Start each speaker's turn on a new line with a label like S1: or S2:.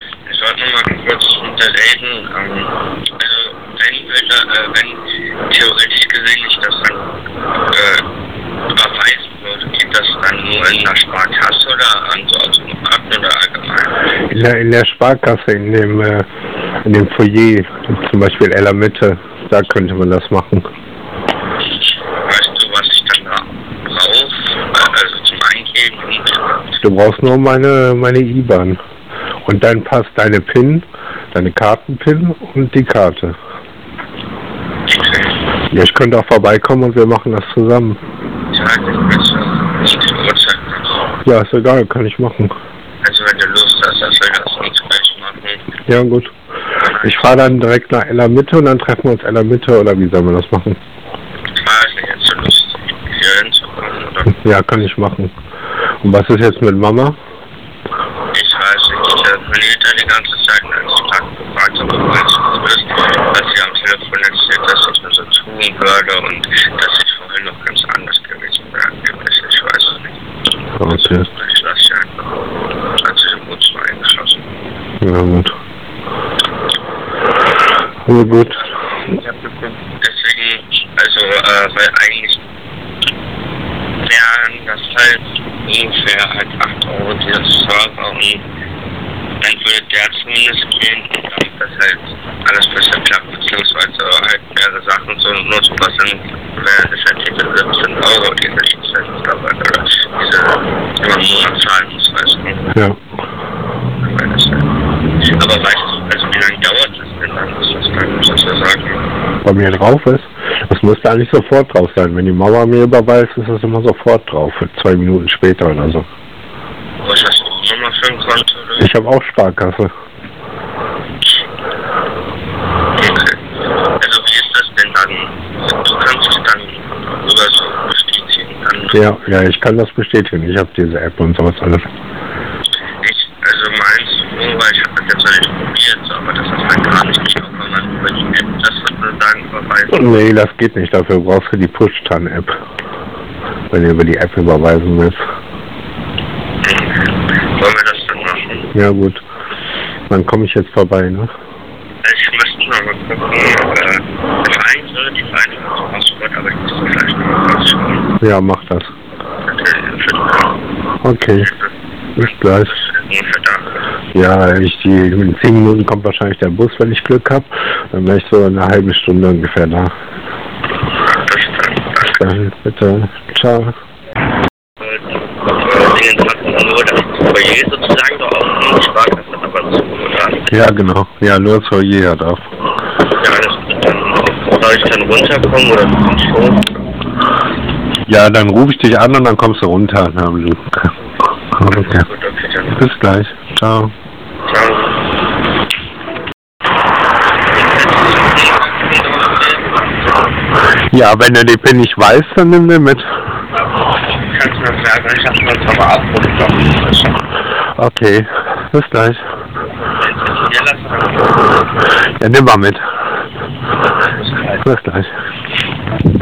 S1: ähm, also äh, äh,
S2: in der, in der Sparkasse, in dem, äh, in dem Foyer, zum Beispiel Ella Mitte, da könnte man das machen.
S1: Weißt du, was ich dann da brauche? Also zum Eingeben und
S2: Du brauchst nur meine, meine IBAN und dann passt deine PIN, deine Kartenpin und die Karte.
S1: okay.
S2: Ja, ich könnte auch vorbeikommen und wir machen das zusammen.
S1: Ja, du kannst ja nicht den Uhrzeit machen.
S2: Ja, ist egal, kann ich machen.
S1: Also wenn du Lust hast, dann soll das uns gleich machen.
S2: Ja, gut. Ich fahre dann direkt nach Ella Mitte und dann treffen wir uns Ella Mitte oder wie sollen wir das machen?
S1: Also jetzt du Lust, hier hinzukommen oder
S2: Ja, kann ich machen. Und was ist jetzt mit Mama?
S1: Ich weiß nicht, ich telefonierte die ganze Zeit und als ich dann gefragt habe, was du bist, als sie am Telefon erzählt, dass ich nur so tun würde und dass ich vorhin noch ganz anders gewesen wäre. angeblich. Ich weiß es nicht.
S2: Okay.
S1: Ich lasse sie einfach. Hat sich im Wohnzimmer eingeschlossen.
S2: Ja, gut. Also gut.
S1: Deswegen, also, äh, weil eigentlich wären das halt ungefähr halt 8 Euro dieser Server und dann würde der zumindest gehen, damit das halt alles besser klappt, beziehungsweise halt mehrere Sachen so nutzbar sind, wäre das halt diese 17 Euro, die verschiedenen Mitarbeiter oder diese, die man nur noch zahlen muss, weißt du.
S2: Ja.
S1: Weil das halt- Aber weißt du, also wie lange dauert das denn dann? Das ist dann, muss ich ja sagen.
S2: Bei mir drauf ist, das müsste eigentlich sofort drauf sein. Wenn die Mama mir überweist, ist das immer sofort drauf. Zwei Minuten später oder so.
S1: Was hast du nochmal für ein Konto? oder?
S2: Ich habe auch Sparkasse.
S1: Okay. Also wie ist das denn dann? Du kannst es dann über so bestätigen. Dann
S2: Ja, ja, ich kann das bestätigen. Ich habe diese App und sowas alles.
S1: ich, also meins, nur weil ich habe das jetzt noch nicht probiert, so, aber das ist dann gar nicht nicht ob man über die App das sozusagen überweist.
S2: Nee, das geht nicht. Dafür brauchst du die Push-Tan-App. Wenn du über die App überweisen willst.
S1: Wollen wir das dann machen?
S2: Ja, gut. Dann komme ich jetzt vorbei, ne?
S1: Ich müsste noch mal gucken, äh, das eine, die Vereinigung das Passwort, aber ich müsste vielleicht noch mal kurz schauen.
S2: Ja, mach das.
S1: Okay, für die
S2: Okay, bis gleich.
S1: Ungefähr da.
S2: Ja, ich, die, in zehn Minuten kommt wahrscheinlich der Bus, wenn ich Glück habe. Dann wäre ich so in einer halben Stunde ungefähr da.
S1: Bis dann. Danke.
S2: Dann bitte. Ciao.
S1: Dingen hatten, nur das Foyer sozusagen doch auch nicht war, das hat aber zu oder?
S2: Ja, genau. Ja, nur das Foyer hat auf.
S1: Ja, das dann soll ich dann runterkommen oder so?
S2: Ja, dann rufe ich dich an und dann kommst du runter. Na, Luke. Okay.
S1: Gut, okay, dann.
S2: Bis gleich. Ciao.
S1: Ciao.
S2: Ja, wenn er die PIN nicht weiß, dann nimm den mit.
S1: Kannst du mir sagen, ich hab's mal aber abgerufen.
S2: Okay, bis gleich.
S1: Ja, lass mal.
S2: Ja, nimm mal mit.
S1: Das ist halt.
S2: Bis gleich.